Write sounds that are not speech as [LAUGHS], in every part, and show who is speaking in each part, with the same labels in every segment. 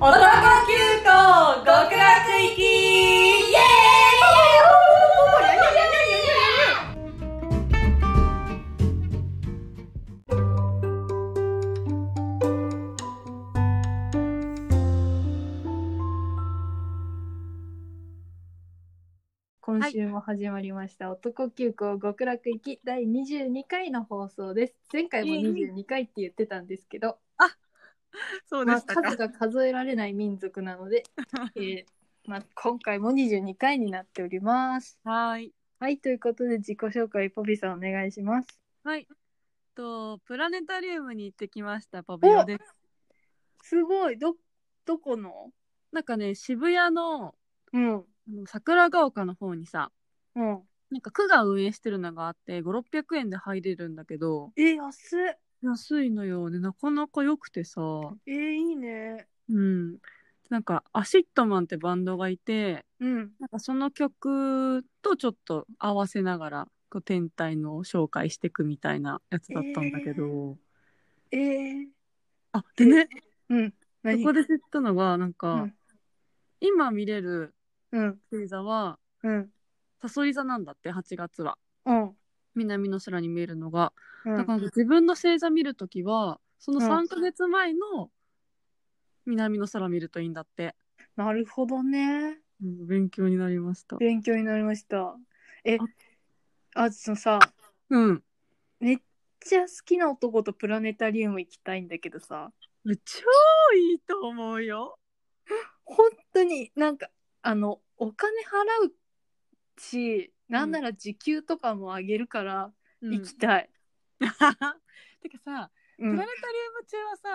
Speaker 1: 男急行極楽行きイエーイ
Speaker 2: 今週も始まりました、男急行極楽行き第22回の放送です前回も
Speaker 3: イエー
Speaker 2: 22回って言ってたんですけど、
Speaker 3: そうで
Speaker 2: まあ、
Speaker 3: したか
Speaker 2: 数。が数えられない民族なの [LAUGHS] で、えーまあ、今回も22回になっております
Speaker 3: はーい。
Speaker 2: はいということで自己紹介ポピさんお願いします
Speaker 3: はい。と、プラネタリウムに行ってきました、パビオです。
Speaker 2: すごいどどこの
Speaker 3: なんかね、渋谷の
Speaker 2: うん
Speaker 3: あの桜ヶ丘の方にさ、
Speaker 2: うん
Speaker 3: なんか区が運営してるのがあって、5、600円で入れるんだけど、
Speaker 2: え安っ
Speaker 3: 安いのよね、なかなか良くてさ、
Speaker 2: えー、いいね
Speaker 3: うん。なんか、アシットマンってバンドがいて、
Speaker 2: うん
Speaker 3: なんかその曲とちょっと合わせながら、こう天体の紹介していくみたいなやつだったんだけど、
Speaker 2: えー、
Speaker 3: あ、でね、
Speaker 2: うん
Speaker 3: そ
Speaker 2: 何
Speaker 3: こで知ったのが、なん
Speaker 2: う
Speaker 3: か、
Speaker 2: ん
Speaker 3: 今見れる
Speaker 2: うん
Speaker 3: 星座は、
Speaker 2: うん
Speaker 3: サソリ座なんだって、8月は。
Speaker 2: うん
Speaker 3: 南の空に見えるのが。
Speaker 2: う
Speaker 3: だ
Speaker 2: ん
Speaker 3: からなんか自分の星座見るときは、その
Speaker 2: うん
Speaker 3: 3ヶ月前の南の空見るといいんだって。
Speaker 2: なるほどね
Speaker 3: うん勉強になりました。
Speaker 2: 勉強になりましたえあそのさ
Speaker 3: うん。
Speaker 2: めっちゃ好きな男とプラネタリウム行きたいんだけどさ
Speaker 3: 超いいと思うよ。
Speaker 2: 本当になんかあのお金払うしなんなら時給とかもあげるから
Speaker 3: うん、
Speaker 2: 行きたい、
Speaker 3: [LAUGHS]
Speaker 2: う
Speaker 3: てかさ、プラネタリウ
Speaker 2: ん
Speaker 3: ム中は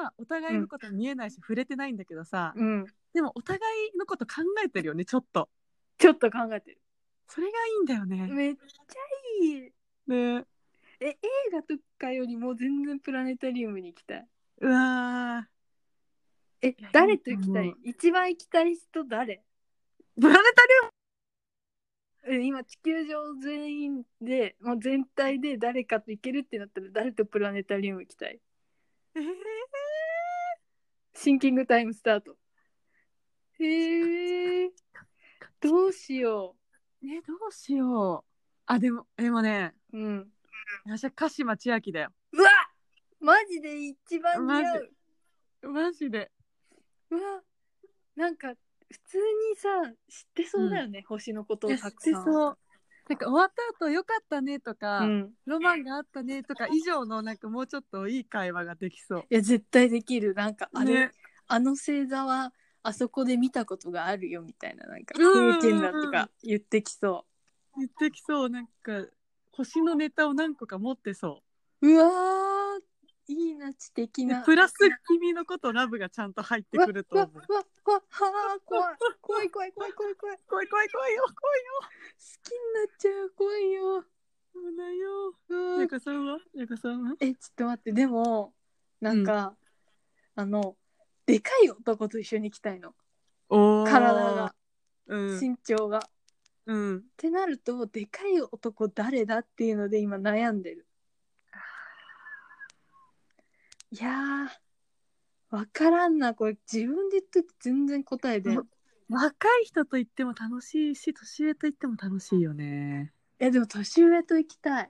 Speaker 3: さ、お互いのこと見えないし、触れてないんだけどさ、
Speaker 2: うん、
Speaker 3: でもお互いのこと考えてるよね、ちょっと。
Speaker 2: ちょっと考えてる
Speaker 3: それがいいんだよね。
Speaker 2: めっちゃいい映
Speaker 3: ね
Speaker 2: 画とかよりも全然プラネタリウムに行きたいう
Speaker 3: わー。
Speaker 2: え
Speaker 3: や
Speaker 2: 誰と行きた
Speaker 3: いい
Speaker 2: い
Speaker 3: と
Speaker 2: 一番行きたい人誰
Speaker 3: プラネタリ
Speaker 2: え今地球上全員でもう全体で誰かと行けるってなったら誰とプラネタリウム行きたい
Speaker 3: ウム、
Speaker 2: シンキングタイムスタートへえどうしよ
Speaker 3: えねどうしようあでもでもね
Speaker 2: ううん
Speaker 3: 私は鹿島千秋だよ
Speaker 2: うわマジで一番似
Speaker 3: マ
Speaker 2: 合
Speaker 3: ジ
Speaker 2: う
Speaker 3: マジで
Speaker 2: うわなんか普通にさ知ってそうだよね、星のことを
Speaker 3: 知
Speaker 2: たくさん
Speaker 3: そうなんか終わった後良かったねとか、
Speaker 2: ん、
Speaker 3: ロマンがあったねとか以上のなんかもうちょっといい会話ができそう
Speaker 2: いや絶対できるなんかあれ、
Speaker 3: ね
Speaker 2: あの星座はあそこで見たことがあるよみたいななんか
Speaker 3: うんうんうん
Speaker 2: 経験だとか言ってきそう
Speaker 3: 言ってきそうなんか星のネタを何個か持ってそう
Speaker 2: わーいいな知的
Speaker 3: うで
Speaker 2: な。
Speaker 3: プラス君のことラブがちゃんと入ってくると
Speaker 2: うわ
Speaker 3: 思
Speaker 2: う
Speaker 3: う
Speaker 2: わうわはー
Speaker 3: [LAUGHS]
Speaker 2: 怖い怖い怖い怖い怖い怖い好
Speaker 3: 怖い怖い怖いよ
Speaker 2: きになっちゃう怖いよ。
Speaker 3: 怖いよ危ないよ
Speaker 2: う
Speaker 3: ゆ
Speaker 2: ん
Speaker 3: かさんはゆかさんは
Speaker 2: えちょっと待ってでもなんか、あのでかい男と一緒に行きたいの
Speaker 3: おー
Speaker 2: 体が
Speaker 3: うん
Speaker 2: 身長が。っ
Speaker 3: うん
Speaker 2: てなるとでかい男誰だっていうので今悩んでる。いやーわからんなこれ自分で言っといて全然答え出ん
Speaker 3: うん若い人と行っても楽しいし年上と行っても楽しいよね
Speaker 2: えでも年上と行きたい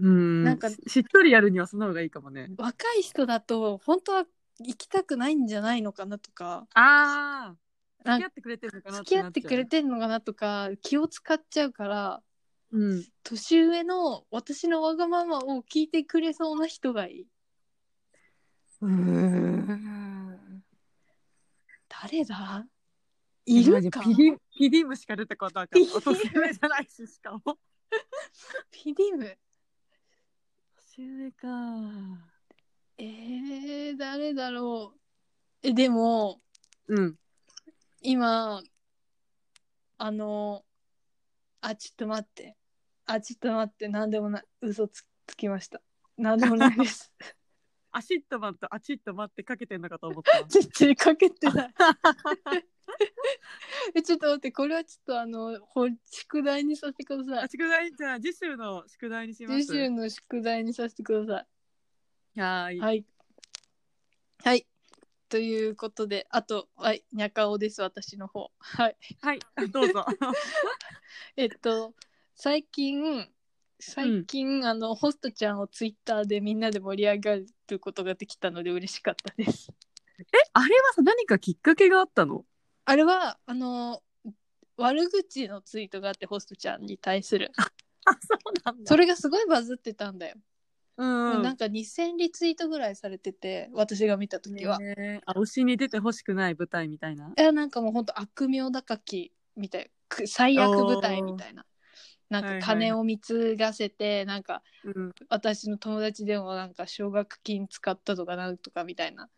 Speaker 3: うん
Speaker 2: なんか
Speaker 3: ししっとりやるにはその方がいいかもね
Speaker 2: 若い人だと本当は行きたくないんじゃないのかなとか
Speaker 3: ああ
Speaker 2: なん
Speaker 3: 付き合ってくれてるのかな
Speaker 2: 付き合ってくれ
Speaker 3: て、
Speaker 2: てんのかなとか気を使っちゃうから
Speaker 3: うん、
Speaker 2: 年上の私のわがままを聞いてくれそうな人がいい誰だいるか
Speaker 3: ピリピリムしか出てこなかった
Speaker 2: ピリム
Speaker 3: 年上じゃないししかも
Speaker 2: ピリム
Speaker 3: 年上か
Speaker 2: えー、誰だろうえでも
Speaker 3: うん
Speaker 2: 今あのあちょっと待ってあちょっと待って何でもない嘘つつきました何でもないです [LAUGHS]
Speaker 3: アシットマンとアチッと待ってかけてんのかと
Speaker 2: [LAUGHS]
Speaker 3: 思った
Speaker 2: 全然かけてないえちょっと待ってこれはちょっとあのほ宿題にさせてくださ
Speaker 3: あ
Speaker 2: い
Speaker 3: 宿題じゃあ次週の宿題にします
Speaker 2: 次週の宿題にさせてくださ
Speaker 3: はいい
Speaker 2: はいはいということで、あと、はい、にゃかおです、私の方。はい。
Speaker 3: はい、どうぞ。
Speaker 2: えっと、最近、最近、あの、ホストちゃんをツイッターでみんなで盛り上がることができたので嬉しかったです。
Speaker 3: あれはさ、何かきっかけがあったの
Speaker 2: あれは、あの、悪口のツイートがあって、ホストちゃんに対する。
Speaker 3: あ、そうなん
Speaker 2: それがすごいバズってたんだよ。
Speaker 3: うん。
Speaker 2: なんか2000リツイートぐらいされてて、私が見た時は。
Speaker 3: ねえあ、推しに出てほしくない舞台みたいな。
Speaker 2: いやなんかもうほんと悪名高きみたいく最悪舞台みたいななん
Speaker 3: はい
Speaker 2: か
Speaker 3: はい
Speaker 2: 金を貢がせて、なんか
Speaker 3: うん。
Speaker 2: 私の友達でもなんか奨学金使ったとかなんとかみたい
Speaker 3: [LAUGHS]
Speaker 2: な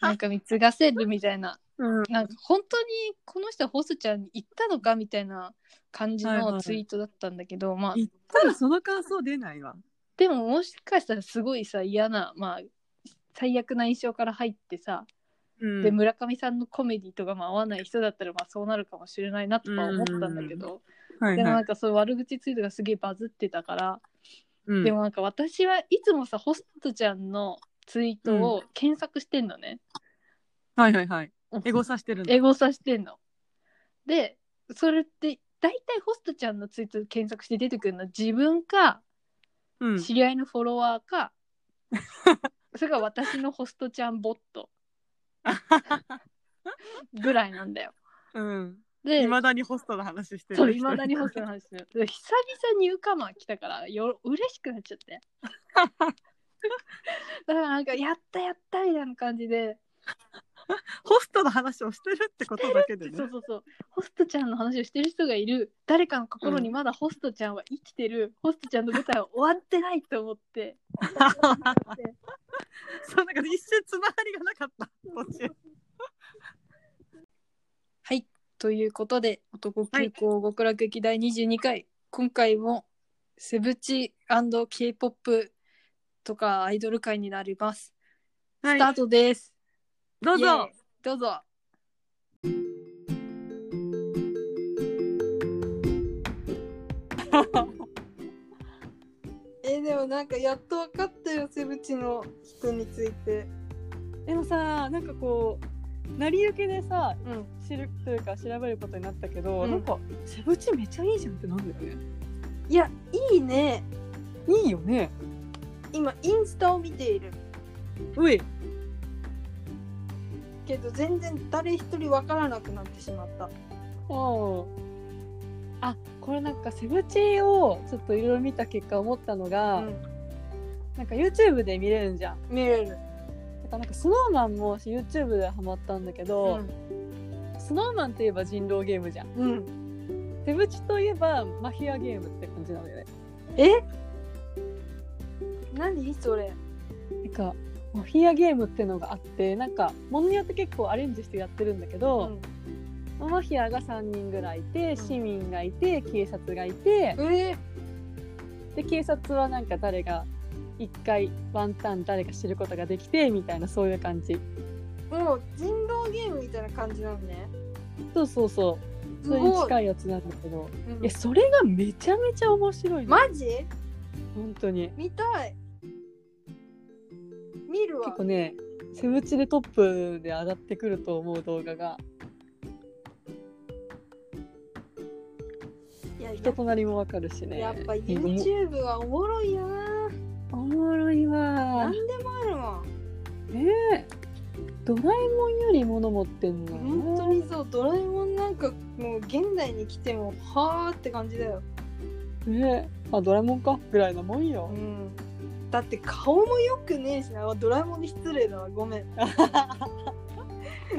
Speaker 2: なんか貢がせるみたいな
Speaker 3: うん。
Speaker 2: なんか本当にこの人はホスちゃんに行ったのかみたいな感じ
Speaker 3: はい
Speaker 2: の
Speaker 3: はい
Speaker 2: ツイートだったんだけど、まあ
Speaker 3: 言ったらその感想出ないわ。
Speaker 2: でももしかしたらすごいさ嫌なまあ最悪な印象から入ってさ、
Speaker 3: うん
Speaker 2: で村上さんのコメディとかも合わない人だったらまあそうなるかもしれないなとか思ったんだけど、
Speaker 3: はい
Speaker 2: でも
Speaker 3: は
Speaker 2: ないんかそう悪口ツイートがすげえバズってたから、
Speaker 3: うん
Speaker 2: でもなんか私はいつもさホストちゃんのツイートを検索してんのね、
Speaker 3: はいはいはい。エゴさしてるんだ。
Speaker 2: [LAUGHS] エゴさしてんの。でそれって大体ホストちゃんのツイート検索して出てくるのは自分か
Speaker 3: うん。
Speaker 2: 知り合いのフォロワーか、それから私のホストちゃんボットぐらいなんだよ。
Speaker 3: [LAUGHS] うん。
Speaker 2: で
Speaker 3: いまだにホストの話してる。
Speaker 2: そう、いまだにホストの話する。で久々にウカマン来たから、よ嬉しくなっちゃって。だからなんか、やったやったみたいな感じで、
Speaker 3: [LAUGHS] ホストの話をしてるってことだけでね。 [LAUGHS]
Speaker 2: そうそうそう、ホストちゃんの話をしてる人がいる、誰かの心にまだホストちゃんは生きてる、ホストちゃんの舞台は終わってないと思って、
Speaker 3: そうなんか一瞬つながりがなかった。途中
Speaker 2: はい。ということで、男急行極楽駅第22回、今回もセブチ &K-POP とかアイドル界になります。スタ
Speaker 3: は
Speaker 2: ー
Speaker 3: い。
Speaker 2: トです。
Speaker 3: どう
Speaker 2: イエー
Speaker 3: ぞ
Speaker 2: イ。どうぞ。えでもなんかやっと分かったよセブチの人について。
Speaker 3: でもさ、なんかこう、成り行きでさ、
Speaker 2: うん。
Speaker 3: 知るというか調べることになったけど、
Speaker 2: うん
Speaker 3: なんかセブチめっちゃいいじゃんってなんだよね
Speaker 2: いやいいね。
Speaker 3: いいよね
Speaker 2: 今インスタを見ている
Speaker 3: うい
Speaker 2: けど全然誰一人分からなくなってしまった。
Speaker 4: あこれなんかセブチをちょっといろいろ見た結果思ったのが、
Speaker 2: うん。
Speaker 4: なんか YouTube で見れるんじゃん
Speaker 2: 見れる。
Speaker 4: だからなんか SnowMan も YouTube でハマったんだけ
Speaker 2: う
Speaker 4: ど、
Speaker 2: ん。
Speaker 4: SnowMan といえば人狼ゲームじゃん
Speaker 2: うん。
Speaker 4: セブチといえばマフィアゲームって感じなのよね
Speaker 2: え？何それ？
Speaker 4: なんかマフィアゲームってのがあってなんかものによって結構アレンジしてやってるんだけど、マフィアが3人ぐらいいて市民がいて警察がいて、
Speaker 2: うん。え
Speaker 4: で警察はなんか誰が一回ワンタン誰か知ることができてみたいなそういう感じ
Speaker 2: ー、もう人狼ゲームみたいな感じなのね。
Speaker 4: そうそうそう
Speaker 2: す
Speaker 4: それに
Speaker 2: ごい。
Speaker 4: 近いやつなんだけど
Speaker 2: うん
Speaker 4: いやそれがめちゃめちゃ面白いの、
Speaker 2: マジ？
Speaker 4: 本当に
Speaker 2: 見たい。見る
Speaker 4: 結
Speaker 2: わ
Speaker 4: 構。ねセブチでトップで上がってくると思う動画が
Speaker 2: いや
Speaker 4: 人となりもわかるしね
Speaker 2: やっぱ
Speaker 4: いいね
Speaker 2: YouTube はおもろいよな。
Speaker 4: おもろいわ
Speaker 2: なんでもあるもん。
Speaker 4: ねえドラえもんより物持ってんのよね
Speaker 2: 本当にそう、ドラえもんなんかもう現代に来てもはーって感じだよ。
Speaker 4: ねえまあドラえもんかぐらいなもんよ、
Speaker 2: うん。だって顔もよくねえしな。あドラえもんに失礼だわ。ごめん。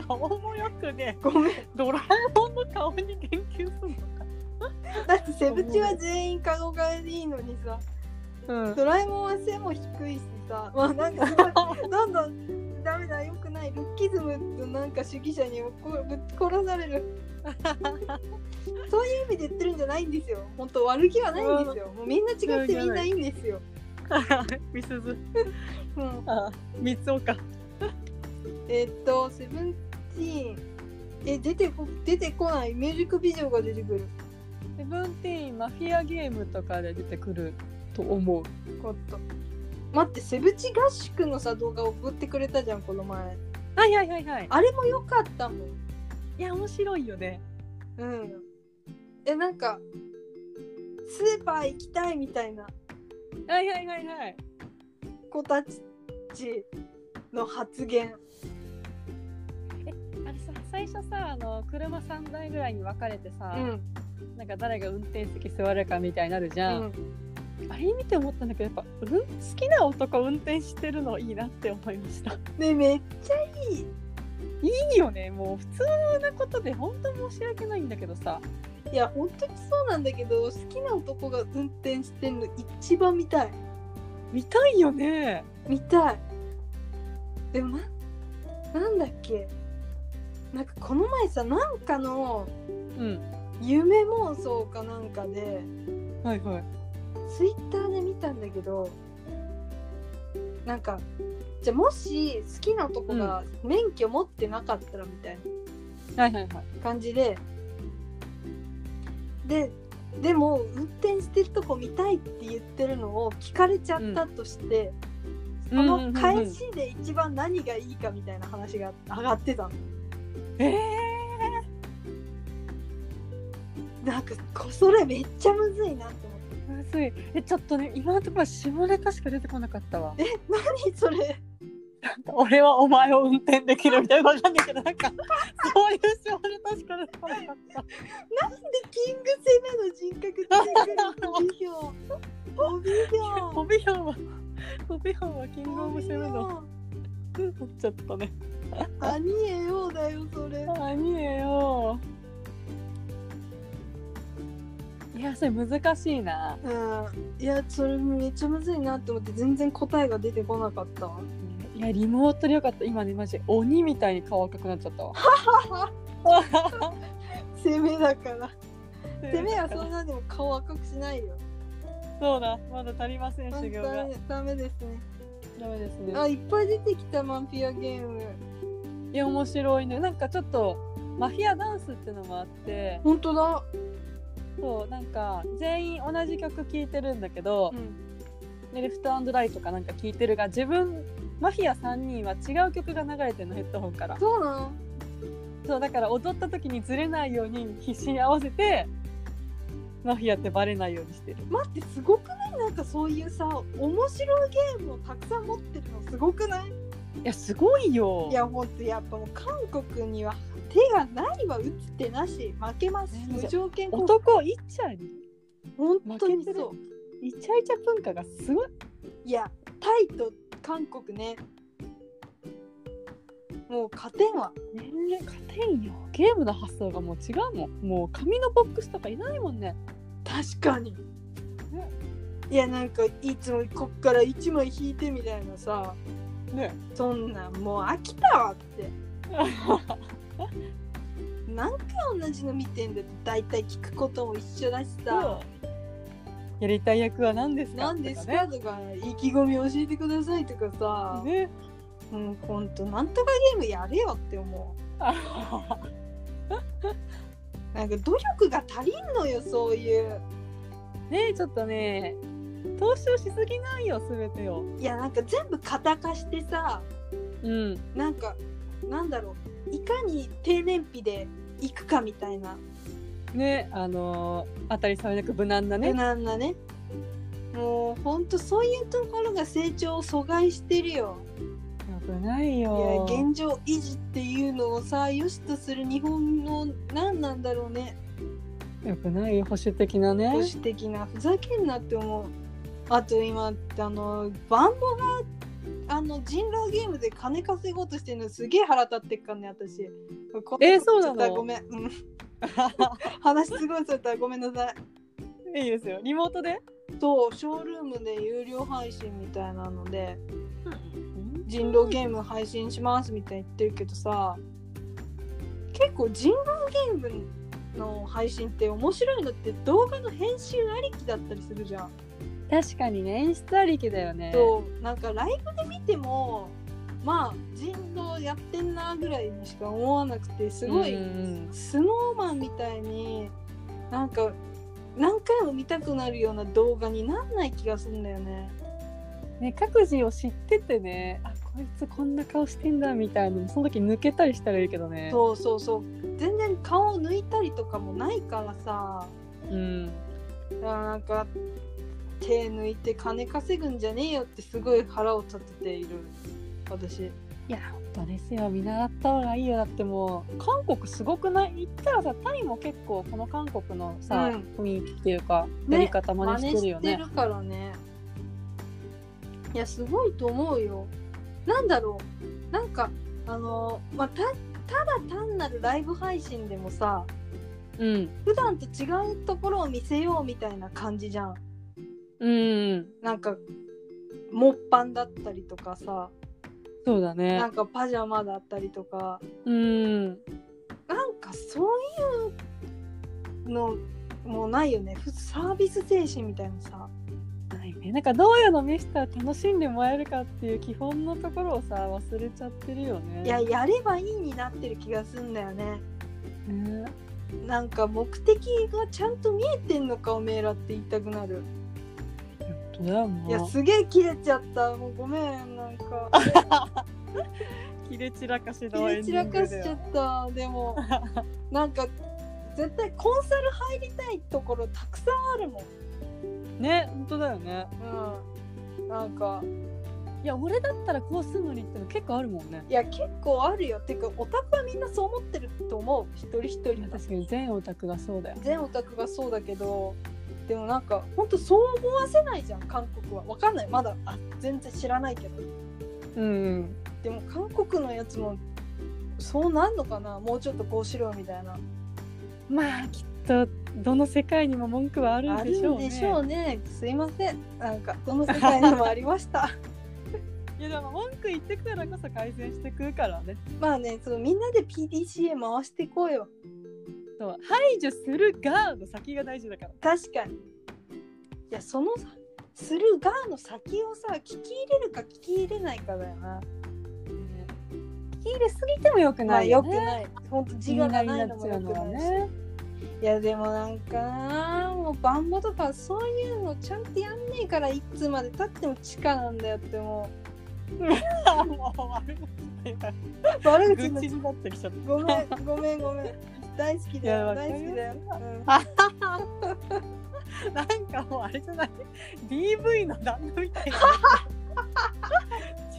Speaker 4: 顔もよくね
Speaker 2: ごめん。
Speaker 4: ドラえもんの顔に言及する
Speaker 2: だってセブチは全員顔がいいのにさ、
Speaker 4: の
Speaker 2: ドラえもんは背も低いしさ、まあなんかすごいどんどんダメだ、よくない。ルッキズムとなんか主義者に怒ぶっ殺され [LAUGHS] る。そういう意味で言ってるんじゃないんですよ。本当悪気はないんですよ。もうみんな違ってみんないいんですよ。
Speaker 3: うんみすず
Speaker 2: うん、
Speaker 4: あ三つ岡
Speaker 2: えっと、セブンティーン。え、出てこ、出てこない。ミュージックビデオが出てくる。
Speaker 4: セブンティーンマフィアゲームとかで出てくると思う
Speaker 2: よかった。待って、セブチ合宿のさ、動画送ってくれたじゃん、この前。
Speaker 4: はいはいはいはい。
Speaker 5: あれも良かったもん。
Speaker 4: いや面白いよね。
Speaker 5: うん。え、なんか、スーパー行きたいみたいな
Speaker 4: はいはいはいはい。
Speaker 5: 子たちの発言。
Speaker 4: あれさ最初さあの車三台ぐらいに分かれてさ、
Speaker 5: ん。
Speaker 4: なんか誰が運転席座るかみたいになるじ
Speaker 5: う
Speaker 4: ゃん。
Speaker 5: ん、
Speaker 4: あれ見て思ったんだけどやっぱ、うん、好きな男運転してるのいいなって思いました。
Speaker 5: ねめっちゃ
Speaker 4: いいよねもう普通なことで本当申し訳ないんだけどさ。
Speaker 5: いや本当にそうなんだけど好きな男が運転してんの一番見たい
Speaker 4: 見たいよね。
Speaker 5: 見たいでもななんだっけなんかこの前さなんかの
Speaker 4: うん。
Speaker 5: 夢妄想かなんかで
Speaker 4: はいはい。
Speaker 5: ツイッターで見たんだけどなんかじゃあもし好きな男が免許持ってなかったらみたいな
Speaker 4: はいはいはい。
Speaker 5: 感じでででも運転してるとこ見たいって言ってるのを聞かれちゃったとして、その返しで一番何がいいかみたいな話が上がってたの。
Speaker 4: ええ
Speaker 5: なんかこそれめっちゃむずいなって思って
Speaker 4: ー、むずい。え、ちょっとね、今のところ下ネタしか出てこなかったわ。
Speaker 5: 何それ
Speaker 4: 俺はお前を運転できるみたいな、わかんないけど、なん [LAUGHS] か、そういう下ネタしか出てこなかった。
Speaker 5: キングセメの人格って帯量帯
Speaker 4: オ
Speaker 5: 量
Speaker 4: ビハンは、オビハンはキングオブセブンの、ちょっとね。
Speaker 5: あにえようだよそれ
Speaker 4: あにえよ。いや、それ難しいな。
Speaker 5: うんいやそれめっちゃむずいなって思って全然答えが出てこなかったわ
Speaker 4: いや、リモートでよかった。今ね、マジ鬼みたいに顔赤くなっちゃったわ。 [LAUGHS]
Speaker 5: 攻めだから攻めはそんなでも顔赤くしないよ。
Speaker 4: そうだ、まだ足りません、
Speaker 5: ダ
Speaker 4: 修
Speaker 5: メ
Speaker 4: 行が。
Speaker 5: ダメですね。
Speaker 4: ダメですね。
Speaker 5: あ、いっぱい出てきたマンフィアゲーム。
Speaker 4: いや面白いねなんかちょっとマフィアダンスってのもあって
Speaker 5: 本当だ。
Speaker 4: そうなんか全員同じ曲聴いてるんだけど、
Speaker 5: ん。
Speaker 4: ねレフトライトかなんか聴いてるが自分マフィア3人は違う曲が流れてるのヘッドホンから
Speaker 5: そうなん。
Speaker 4: そうだから踊った時にずれないように必死に合わせてマフィアってバレないようにしてる
Speaker 5: 待ってすごくない？なんかそういうさ、面白いゲームをたくさん持ってるのすごくない？
Speaker 4: いやすごいよ
Speaker 5: いや本当やっぱもう韓国には手がないは打つ手なし負けます。
Speaker 4: ね
Speaker 5: 無条件降伏。
Speaker 4: 男イチャに
Speaker 5: 本当にそう
Speaker 4: 負。イチャイチャ文化がすごい
Speaker 5: いやタイと韓国ね。もう勝てんわ。
Speaker 4: ねえ勝てんよゲームの発想がもう違うもんもう紙のボックスとかいないもんね
Speaker 5: 確かに、いやなんかいつもこっから1枚引いてみたいなさ
Speaker 4: ね
Speaker 5: そんなんもう飽きたわって [LAUGHS] 何回同じの見てんだって大体聞くことも一緒だしさ
Speaker 4: やりたい役は何ですか
Speaker 5: 何です
Speaker 4: とね
Speaker 5: かとか意気込み教えてくださいとかさ、
Speaker 4: ね
Speaker 5: うんほんとなんとかゲームやれよって思
Speaker 4: [LAUGHS]
Speaker 5: うなんか努力が足りんのよそういう
Speaker 4: ねえちょっとね投資をしすぎないよ全てを
Speaker 5: いやなんか全部型化してさ
Speaker 4: うん
Speaker 5: なんかなんだろういかに低燃費でいくかみたいな
Speaker 4: ねあのー当たり障りなく無難な
Speaker 5: 無
Speaker 4: ね
Speaker 5: 難なねもうほんとそういうところが成長を阻害してるよ
Speaker 4: 危ない
Speaker 5: いや
Speaker 4: よ
Speaker 5: 現状維持っていうのをさ良しとする日本の何なんだろうね
Speaker 4: よくないよ保守的なね
Speaker 5: 保守的なふざけんなって思うあと今あのバンボがあの人狼ゲームで金稼ごうとしてるのすげえ腹立ってっからね私こん
Speaker 4: えー
Speaker 5: こと
Speaker 4: そうなの
Speaker 5: 言っちゃったごめん、うん、 [LAUGHS] 話すごいそれたらごめんなさい
Speaker 4: いいですよリモートで
Speaker 5: そうショールームで有料配信みたいなので人狼ゲーム配信しますみたいに言ってるけどさ結構人狼ゲームの配信って面白いのって動画の編集ありきだったりするじゃん。
Speaker 4: 確かにね演出ありきだよね
Speaker 5: そうなんかライブで見てもまあ人狼やってんなぐらいにしか思わなくてすごい
Speaker 4: うんうん
Speaker 5: スノーマンみたいになんか何回も見たくなるような動画になんない気がするんだよね。
Speaker 4: ね、各自を知っててねあこいつこんな顔してんだみたいなのその時抜けたりしたらいいけどね
Speaker 5: そうそうそう全然顔を抜いたりとかもないからさ
Speaker 4: うん
Speaker 5: いやなんか手抜いて金稼ぐんじゃねえよってすごい腹を立てている私
Speaker 4: いや本当ですよ見習った方がいいよだってもう韓国すごくない言ったらさタイも結構この韓国のさ、
Speaker 5: うん
Speaker 4: 雰囲気っていうか
Speaker 5: ね
Speaker 4: やり方真似してるよ
Speaker 5: 真似
Speaker 4: ね
Speaker 5: してるからねいやすごいと思うよなんだろうなんかあのまあたただ単なるライブ配信でもさ
Speaker 4: うん
Speaker 5: 普段と違うところを見せようみたいな感じじゃん
Speaker 4: うん
Speaker 5: なんかモッパンだったりとかさ
Speaker 4: そうだね
Speaker 5: なんかパジャマだったりとか
Speaker 4: うん
Speaker 5: なんかそういうのもうないよねふサービス精神みたいなさ
Speaker 4: ないねなんかどういうの見せたら楽しんでもらえるかっていう基本のところをさ忘れちゃってるよね
Speaker 5: いややればいいになってる気がすんだよね
Speaker 4: ね
Speaker 5: なんか目的がちゃんと見えてんのかおめえらって言いたくなる
Speaker 4: 本当だよない
Speaker 5: やすげえ切れちゃったもうごめんなんか
Speaker 4: 切れ散らかし
Speaker 5: 切れ散らかしちゃったでもなんか絶対コンサル入りたいところたくさんあるもん
Speaker 4: ね本当だよね
Speaker 5: うんなんか
Speaker 4: いや俺だったらこうするのにっての結構あるもんね
Speaker 5: いや結構あるよてかオタクはみんなそう思ってると思う一人一人
Speaker 4: いや
Speaker 5: が
Speaker 4: 確かに全オタクがそうだよ
Speaker 5: 全オタクがそうだけどでもなんかほんとそう思わせないじゃん韓国はわかんないまだあ全然知らないけど
Speaker 4: うん
Speaker 5: でも韓国のやつもそうなんのかなもうちょっとこうしろよみたいな
Speaker 4: まあきっとどの世界にも文句はある
Speaker 5: あ
Speaker 4: んで
Speaker 5: る
Speaker 4: しょうんね
Speaker 5: でしょうねすいませんなんかどの世界にもありました [LAUGHS]
Speaker 4: いやでも文句言ってくからこそ改善してくからね
Speaker 5: まあねそのみんなで PDCA 回していこうよ
Speaker 4: そう排除するがの先が大事だから
Speaker 5: 確かにいやそのさするがの先をさ聞き入れるか聞き入れないかだよな
Speaker 4: 聞き入れすぎてもよく
Speaker 5: まあ
Speaker 4: ない
Speaker 5: よ
Speaker 4: よ
Speaker 5: く
Speaker 4: ね、
Speaker 5: ないほんと自我がないのもよくないしいやでもなんかなもうバンドとかそういうのちゃんとやんねえからいつまでたっても地下なんだよっても
Speaker 4: [LAUGHS] あもう悪口だよ
Speaker 5: う悪口
Speaker 4: [LAUGHS] 愚
Speaker 5: の
Speaker 4: 痴になってきちゃっ
Speaker 5: ごめんごめんごめん大好きだ
Speaker 4: いや
Speaker 5: よ
Speaker 4: わか
Speaker 5: 大
Speaker 4: る
Speaker 5: 好きだよ、
Speaker 4: たなんかもうあれじゃない DV の旦那みたい [LAUGHS] な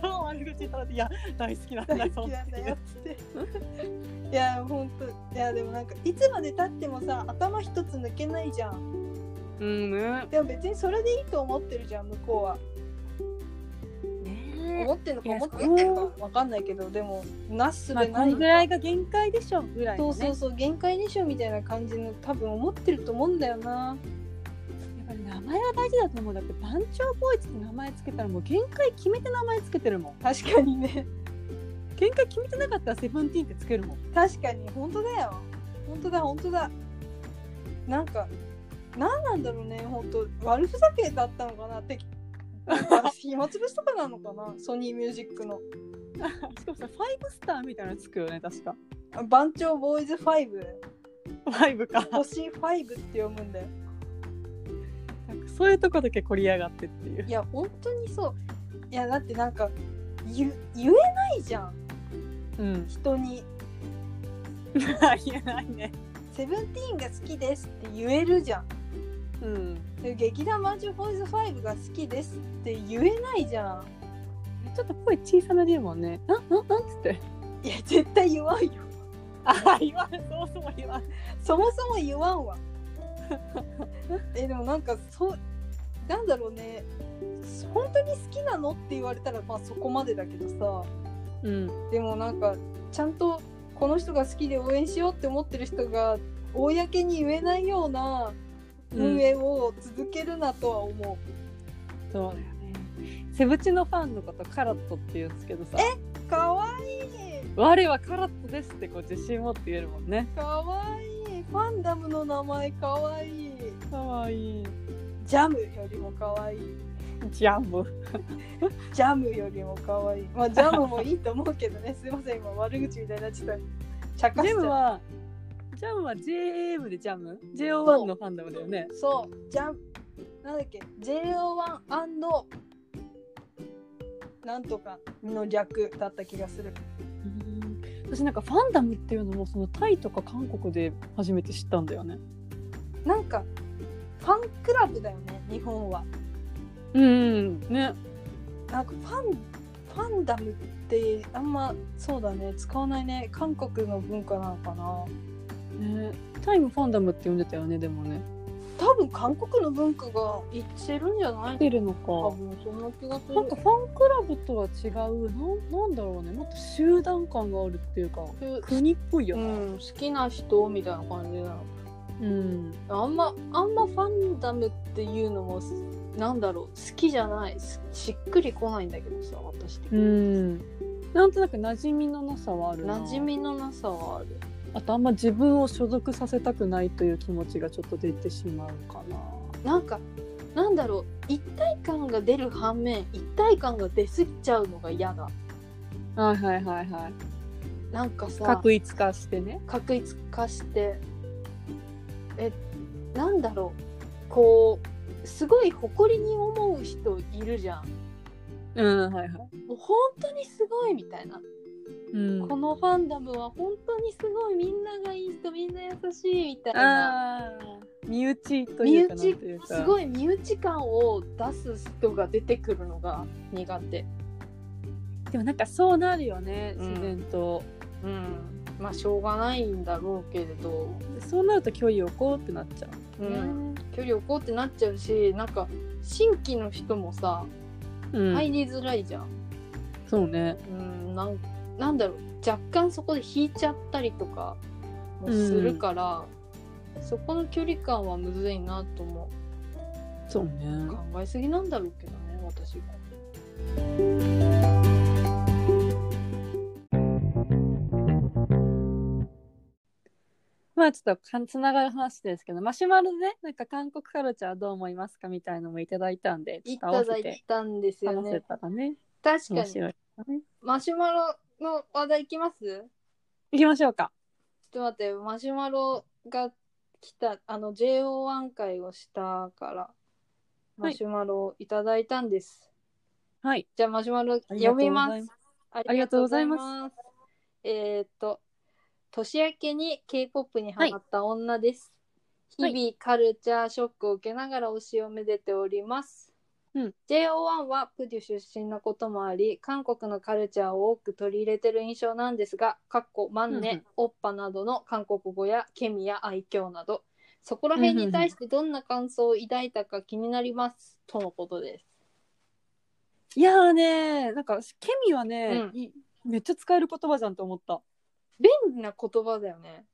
Speaker 4: 超悪口言ったらいや大好きなん
Speaker 5: うん、
Speaker 4: だ
Speaker 5: 大
Speaker 4: よ
Speaker 5: 好きなんだよっていやほんといやでもなんかいつまでたってもさ頭一つ抜けないじゃん
Speaker 4: うんね
Speaker 5: でも別にそれでいいと思ってるじゃん向こうは
Speaker 4: ね
Speaker 5: 思ってるのか
Speaker 4: いや
Speaker 5: 思ってないの
Speaker 4: そ
Speaker 5: かわかんないけどでもなすす
Speaker 4: まあ
Speaker 5: べ
Speaker 4: こ
Speaker 5: ない
Speaker 4: の
Speaker 5: の
Speaker 4: ぐ
Speaker 5: から
Speaker 4: いが限界でしょぐらいの
Speaker 5: そ
Speaker 4: ね
Speaker 5: うそうそう限界でしょみたいな感じの多分思ってると思うんだよな
Speaker 4: やっぱり名前は大事だと思うだって番長ボーイズって名前つけたらもう限界決めて名前つけてるもん
Speaker 5: 確かにね
Speaker 4: 限界決めてなかったらセブンティーンってつけるもん
Speaker 5: 確かに本当だよ本当だ本当だなんか何なんだろうね本当悪ふざけだったのかなって [LAUGHS] なんか暇つぶしとかなのかなソニーミュージックの
Speaker 4: しかもさファイブスターみたいなのつくよね確か
Speaker 5: あ番長ボーイズ5
Speaker 4: ファイブか
Speaker 5: 星5って読むんだよ
Speaker 4: なんかそういうとこだけ凝り上がってっていう
Speaker 5: いや本当にそういやだってなんか言言えないじゃん
Speaker 4: うん
Speaker 5: 人に
Speaker 4: [LAUGHS] 言えないね
Speaker 5: 「セブンティーンが好きです」って言えるじゃん
Speaker 4: うん
Speaker 5: で劇団マンジョボーイズ5が好きですって言えないじゃん
Speaker 4: ちょっと声小さめで言うもんねなんなんなんつって
Speaker 5: いや絶対言わんよ
Speaker 4: あ言わんそうそう言わん
Speaker 5: そもそも言わんわ [LAUGHS] えでもなんかそうなんだろうね本当に好きなのって言われたらまあそこまでだけどさ
Speaker 4: うん
Speaker 5: でもなんかちゃんとこの人が好きで応援しようって思ってる人が公に言えないような運営を続けるなとは思
Speaker 4: そうだよねセブチのファンのことカラットって言うんですけどさ
Speaker 5: う、かわいい
Speaker 4: 我はカラットですってこう自信持って言えるもんね
Speaker 5: かわいいファンダムの名前かわいい
Speaker 4: かわいい
Speaker 5: ジャムよりも可愛い。
Speaker 4: ジャム
Speaker 5: ジャムよりも可愛い。まあジャムもいいと思うけどね。すい [LAUGHS] ません、今悪口みたいになっちゃった。茶化し
Speaker 4: ジ
Speaker 5: ち
Speaker 4: ャム
Speaker 5: ゃう。
Speaker 4: はジャムは JAM でジャム ?JO1 のファンダムだよね
Speaker 5: そう、ジャム。なんだっけ、JO1& なんとかの略だった気がする。
Speaker 4: うん私なんかファンダムっていうのもそのタイとか韓国で初めて知ったんだよね。
Speaker 5: なんかファンクラブだよね日本は。
Speaker 4: うんね
Speaker 5: なんかファンファンダムってあんまそうだね使わないね韓国の文化なのかな
Speaker 4: ねタイもファンダムって呼んでたよねでもね。
Speaker 5: 多分韓国の文化が一致してるんじゃない
Speaker 4: 出るの
Speaker 5: 多
Speaker 4: か。
Speaker 5: 分そんな気がする
Speaker 4: なんかファンクラブとは違うなんなんだろうねもっと集団感があるっていうか国っぽいよ
Speaker 5: う
Speaker 4: ね。
Speaker 5: ん、好きな人みたいな感じなの
Speaker 4: うん
Speaker 5: あんまあんまファンダムっていうのもなんだろう好きじゃないししっくりこないんだけどさ私的
Speaker 4: う
Speaker 5: に、
Speaker 4: んなんとなく馴染みのなさはあるな
Speaker 5: 馴染みのなさはある
Speaker 4: あとあんま自分を所属させたくないという気持ちがちょっと出てしまうかな
Speaker 5: なんかなんだろう一体感が出る反面一体感が出すぎちゃうのが嫌だ
Speaker 4: はいはいはいはい
Speaker 5: なんかさ
Speaker 4: 確一化してね
Speaker 5: 確一化してえなんだろうこうすごい誇りに思う人いるじゃん
Speaker 4: うんはいはい、
Speaker 5: もう本当にすごいみたいな、
Speaker 4: うん
Speaker 5: このファンダムは本当にすごいみんながいい人みんな優しいみたいな
Speaker 4: あー身内とい
Speaker 5: 身
Speaker 4: うかなんて
Speaker 5: 内
Speaker 4: いうか
Speaker 5: すごい身内感を出す人が出てくるのが苦手
Speaker 4: でもなんかそうなるよね
Speaker 5: うん
Speaker 4: 自然と、
Speaker 5: うんまあしょうがないんだろうけれど、
Speaker 4: そうなると距離を置こうってなっちゃう、
Speaker 5: 距離置こうってなっちゃうしなんか新規の人もさ
Speaker 4: うん
Speaker 5: 入りづらいじゃん、
Speaker 4: そうね
Speaker 5: うん、なんなんだろう若干そこで引いちゃったりとかもするから、そこの距離感はむずいなとも
Speaker 4: そうね
Speaker 5: 考えすぎなんだろうけどね私が。
Speaker 4: まあちょっとかんつながる話ですけどマシュマロでねなんか韓国カルチャーどう思いますかみたいのもいただいたんでちょ
Speaker 5: い
Speaker 4: っと合わ
Speaker 5: ただ
Speaker 4: せ
Speaker 5: い
Speaker 4: て
Speaker 5: たんですよ
Speaker 4: 話せ
Speaker 5: ね。
Speaker 4: たらね
Speaker 5: 確か
Speaker 4: 面
Speaker 5: に
Speaker 4: 白い
Speaker 5: マシュマロの話題いきます
Speaker 4: 行きましょうか
Speaker 5: ちょっと待って、マシュマロが来た、あの、JO1 回をしたから、マシュマロをいただいたんです。
Speaker 4: はい
Speaker 5: じゃあ、マシュマロ読みます。あ
Speaker 4: りがとうございます
Speaker 5: りがとうございます。えーっと、年明けに K-POP にハマった女です。
Speaker 4: はい
Speaker 5: 日々カルチャーショックを受けながら推しをめでております。
Speaker 4: うん
Speaker 5: JO1 はプデュ出身のこともあり韓国のカルチャーを多く取り入れてる印象なんですがかっこマンネ、
Speaker 4: うんうん
Speaker 5: オッパなどの韓国語やケミや愛嬌などそこら辺に対してどんな感想を抱いたか気になります、とのことです。
Speaker 4: いやーねなんかケミはね、
Speaker 5: う
Speaker 4: いめっちゃ使える言葉じゃんと思った、
Speaker 5: 便利な言葉だよね。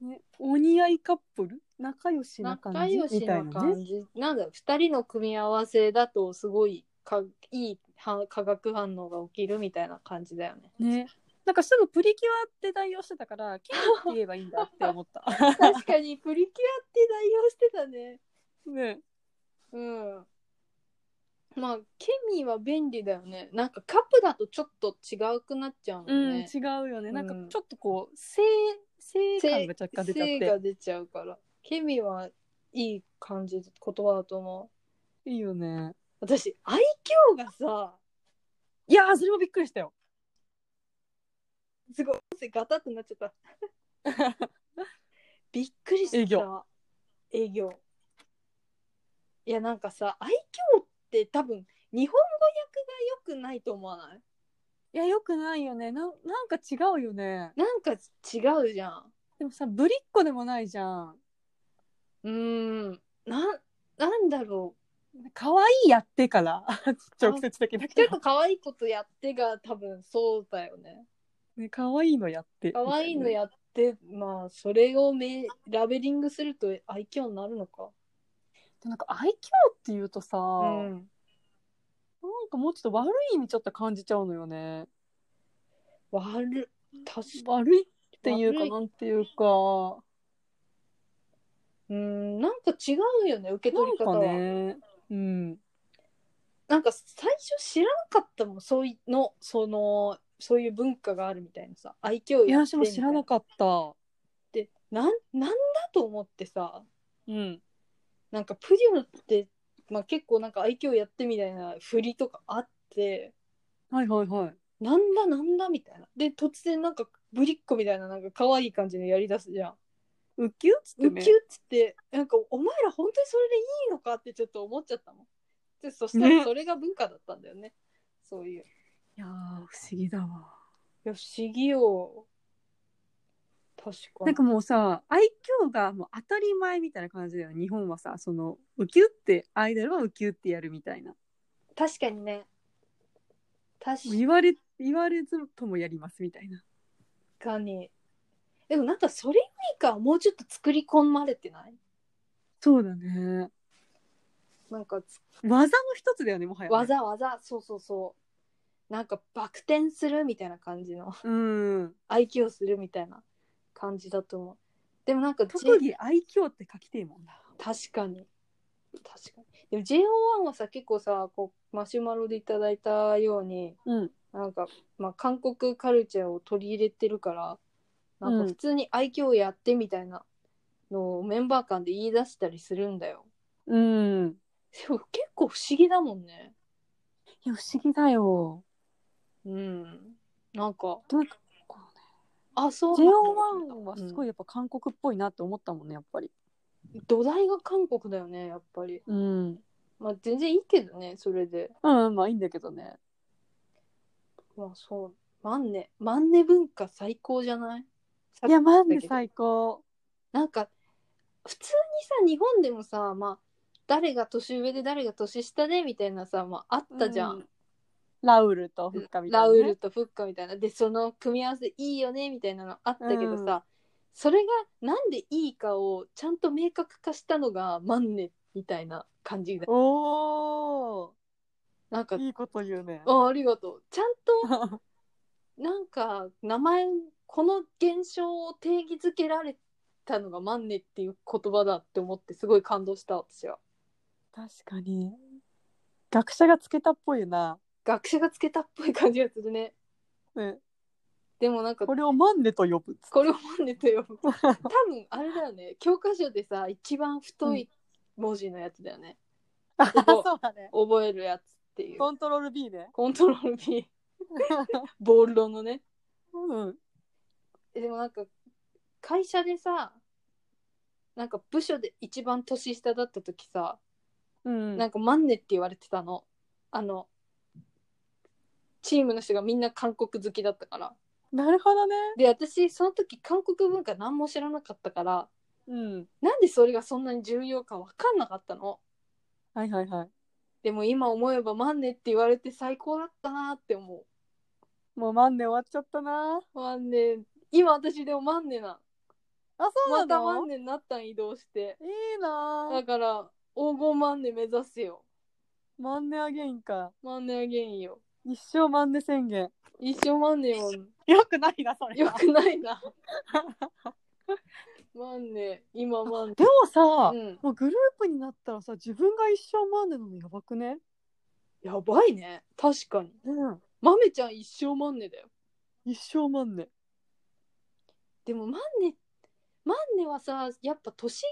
Speaker 4: ね、お似合いカップル仲良しな感
Speaker 5: 仲
Speaker 4: じ
Speaker 5: 良し
Speaker 4: みた
Speaker 5: ない
Speaker 4: なね
Speaker 5: 感じなんだろう2人の組み合わせだとすごいかいいは化学反応が起きるみたいな感じだよね
Speaker 4: ねなんかすぐプリキュアって代用してたからケミって言えばいいんだって思った [LAUGHS]
Speaker 5: 確かにプリキュアって代用してた [LAUGHS] ね
Speaker 4: ね
Speaker 5: うんまあケミーは便利だよねなんかカップだとちょっと違うくなっちゃうも
Speaker 4: うん
Speaker 5: ん、ね、
Speaker 4: 違うよねなんか
Speaker 5: うん
Speaker 4: ちょっとこう性性感が若干出ちゃっ
Speaker 5: 性
Speaker 4: て
Speaker 5: が出ちゃうからケミーはいい感じ言葉だと思う
Speaker 4: いいよね
Speaker 5: 私愛嬌がさ
Speaker 4: いやーそれもびっくりしたよ
Speaker 5: すごい音声ガタッとなっちゃった
Speaker 4: [LAUGHS]
Speaker 5: びっくりした
Speaker 4: 営業
Speaker 5: 営業いやなんかさ愛嬌って多分日本語訳が良くないと思わない
Speaker 4: いやよくないよねなんなんか違うよね
Speaker 5: なんか違うじゃん
Speaker 4: でもさぶりっ子でもないじゃん
Speaker 5: うーんなんなんだろう
Speaker 4: 可愛いやってから直接的だ
Speaker 5: ちょ
Speaker 4: け
Speaker 5: っ
Speaker 4: ど
Speaker 5: と可愛いことやってが多分そうだよね
Speaker 4: [LAUGHS] ね可愛いのやって
Speaker 5: 可愛いのやってまあそれをめラベリングすると愛嬌になるのか
Speaker 4: なんか愛嬌っていうとさ、なん
Speaker 5: うん
Speaker 4: かもうちょっと悪い意味ちょっと感じちゃうのよね
Speaker 5: 悪っ確か
Speaker 4: 悪いっていうか
Speaker 5: 悪い
Speaker 4: なんていうか
Speaker 5: うーんなんか違うよね受け取
Speaker 4: な
Speaker 5: り
Speaker 4: ん
Speaker 5: 方は
Speaker 4: かねうん
Speaker 5: なんか最初知らなかったもんそういうのそのそういう文化があるみたいなさ愛嬌
Speaker 4: いや私も知らな
Speaker 5: っ
Speaker 4: かった
Speaker 5: てなんなんだと思ってさ
Speaker 4: うん
Speaker 5: なんかプリムって、まあ、結構なんか愛嬌やってみたいな振りとかあって
Speaker 4: はいはいはい。
Speaker 5: なんだなんだみたいなで突然なんかぶりっ子みたいななんか可愛い感じでやりだすじゃん
Speaker 4: ウキュっつって
Speaker 5: ウ
Speaker 4: ね。
Speaker 5: キュっつってなんかお前ら本当にそれでいいのかってちょっと思っちゃったもんでそしたら
Speaker 4: ね
Speaker 5: それが文化だったんだよねそういうい
Speaker 3: いやー不思議だわ。
Speaker 5: や不思議よ確かに
Speaker 3: なんかもうさ愛嬌がもう当たり前みたいな感じだよね日本はさそのウキュってアイドルはウキュってやるみたいな
Speaker 5: 確かにね確
Speaker 3: もう言われ言われずともやりますみたいな
Speaker 5: かにでもなんかそれよりかはもうちょっと作り込まれてない
Speaker 3: そうだね
Speaker 5: なんかつ
Speaker 3: 技の一つだよねもはやね、
Speaker 5: わざわざそうそうそうなんかバク転するみたいな感じの
Speaker 3: うん
Speaker 5: 愛嬌するみたいな感じだと思うでもなんか J-
Speaker 3: 特技愛嬌って書きてえもんな
Speaker 5: 確かに確かにでも JO1 はさ結構さこうマシュマロでいただいたように
Speaker 4: うん。
Speaker 5: なんか、まあ、韓国カルチャーを取り入れてるからなん
Speaker 4: う
Speaker 5: か
Speaker 4: ん
Speaker 5: 普通に愛嬌やってみたいなのをメンバー間で言い出したりするんだよ
Speaker 4: うん。
Speaker 5: でも結構不思議だもんね
Speaker 4: いや、不思議だよ。
Speaker 5: うんなんか
Speaker 4: なんかこ
Speaker 5: あそうなんだ
Speaker 4: JO1 はすごいやっぱ韓国っぽいなって思ったもんね、やっぱり。
Speaker 5: 土台が韓国だよねやっぱり
Speaker 4: うん。
Speaker 5: まあ全然いいけどねそれで
Speaker 4: うん、まあいいんだけどね。
Speaker 5: まあそうマンネマンネ文化最高じゃない
Speaker 4: いや、マジで最高。
Speaker 5: なんか普通にさ日本でもさまあ誰が年上で誰が年下でみたいなさ、まあ、あったじゃ、
Speaker 4: うんラウルとフッカみたいな
Speaker 5: ラ
Speaker 4: ね、
Speaker 5: ウルとフッカみたいなでその組み合わせいいよねみたいなのあったけどさ、それがなんでいいかをちゃんと明確化したのがマンネみたいな感じだ
Speaker 4: おお。
Speaker 5: なんか
Speaker 4: いいこと言うね。
Speaker 5: あありがとうちゃんと
Speaker 4: [LAUGHS]
Speaker 5: なんか名前この現象を定義づけられたのがマンネっていう言葉だって思ってすごい感動した私は
Speaker 4: 確かに。学者がつけたっぽいな。
Speaker 5: 学者がつけたっぽい感じがするね
Speaker 4: ね、
Speaker 5: でもなんか
Speaker 4: これをマンネと呼ぶっつって。
Speaker 5: これをマンネと呼ぶ多分あれだよね教科書でさ一番太い文字のやつだよね、
Speaker 4: あ
Speaker 5: こ
Speaker 4: そうだね。
Speaker 5: 覚えるやつっていう
Speaker 4: コントロール B ね。
Speaker 5: コントロール B ボールドのね
Speaker 4: うん。
Speaker 5: えでもなんか会社でさなんか部署で一番年下だった時さ、
Speaker 4: うん。
Speaker 5: なんかマンネって言われてたのあのチームの人がみんな韓国好きだったから
Speaker 4: なるほどね。
Speaker 5: で私その時韓国文化何も知らなかったから
Speaker 4: うん。
Speaker 5: なんでそれがそんなに重要か分かんなかったの
Speaker 4: はいはいはい。
Speaker 5: でも今思えばマンネって言われて最高だったなって思
Speaker 4: もうマンネ終わっちゃったな。
Speaker 5: うマンネ今私でもマンネな
Speaker 4: あ、そうな
Speaker 5: ま
Speaker 4: の。
Speaker 5: たマンネになったん移動して
Speaker 4: いいな
Speaker 5: だ。から黄金マンネ目指すよ
Speaker 4: マンネアゲインか。
Speaker 5: マンネあげんよ
Speaker 4: 一生マンネ宣言。
Speaker 5: 一生マンネも
Speaker 4: よくないな、それ
Speaker 5: よくない
Speaker 4: [LAUGHS]
Speaker 5: なマンネ今マンネ
Speaker 4: でもさ、
Speaker 5: うん、
Speaker 4: もうグループになったらさ、自分が一生マンネなのやばくね。
Speaker 5: やばいね確かに
Speaker 4: うん。
Speaker 5: マメちゃん一生マンネだよ
Speaker 4: 一生マンネ。
Speaker 5: でもマンネマンネはさやっぱ年が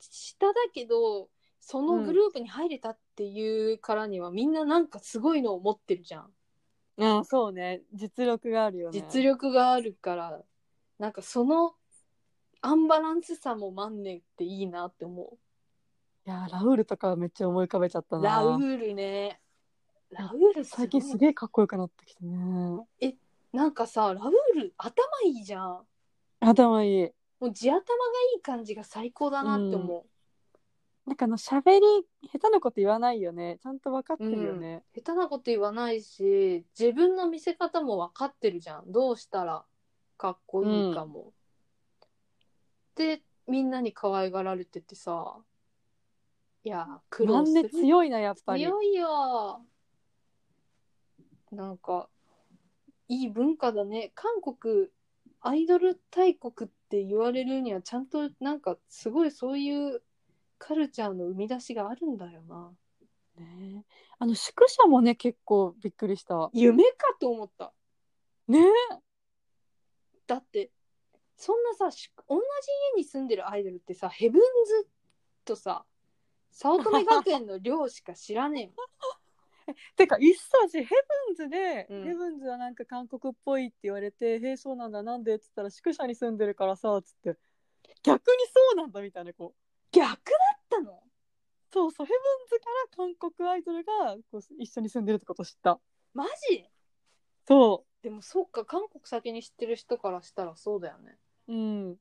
Speaker 5: 下だけどそのグループに入れたっていうからには、みんななんかすごいのを持ってるじゃん
Speaker 4: ああ、そうね。実力があるよね。
Speaker 5: 実力があるからなんかそのアンバランスさもマンネっていいなって思
Speaker 4: いやー、ラウールとかめっちゃ思い浮かべちゃった
Speaker 5: う
Speaker 4: な。
Speaker 5: ラウールねラウール
Speaker 4: 最近す
Speaker 5: い
Speaker 4: げえかっこよくなってきてね。
Speaker 5: なんかさラウール頭いいじゃん
Speaker 4: 頭いい。
Speaker 5: もう地頭がいい感じが最高だなって思う、
Speaker 4: なんかあの喋り下手なこと言わないよね。ちゃんと分かってるよね。
Speaker 5: 下手なこと言わないし自分の見せ方も分かってるじゃんどうしたらかっこいいかも。でみんなに可愛がられててさいやー苦
Speaker 4: マ
Speaker 5: 労
Speaker 4: ン
Speaker 5: す
Speaker 4: ネ
Speaker 5: る
Speaker 4: 強いなやっぱり。
Speaker 5: 強いよなんかいい文化だね韓国アイドル大国って言われるにはちゃんとなんかすごいそういうカルチャーの生み出しがあるんだよな
Speaker 4: ね、あの宿舎もね結構びっくりした。
Speaker 5: 夢かと思った
Speaker 4: ね
Speaker 5: だってそんなさし同じ家に住んでるアイドルってさヘブン
Speaker 4: [LAUGHS]
Speaker 5: ズとさ早乙女学園の寮しか知らねえもん
Speaker 4: てか一層しヘブンズで、
Speaker 5: うん
Speaker 4: ヘブンズはなんか韓国っぽいって言われて「へえそうなんだなんで?」っつったら宿舎に住んでるからさっつって逆にそうなんだみたいなこう
Speaker 5: 逆だったの
Speaker 4: そうそうヘブンズから韓国アイドルがこう一緒に住んでるってこと知った
Speaker 5: マジ
Speaker 4: そ
Speaker 5: でもそっか韓国先に知ってる人からしたらそうだよね
Speaker 4: ううん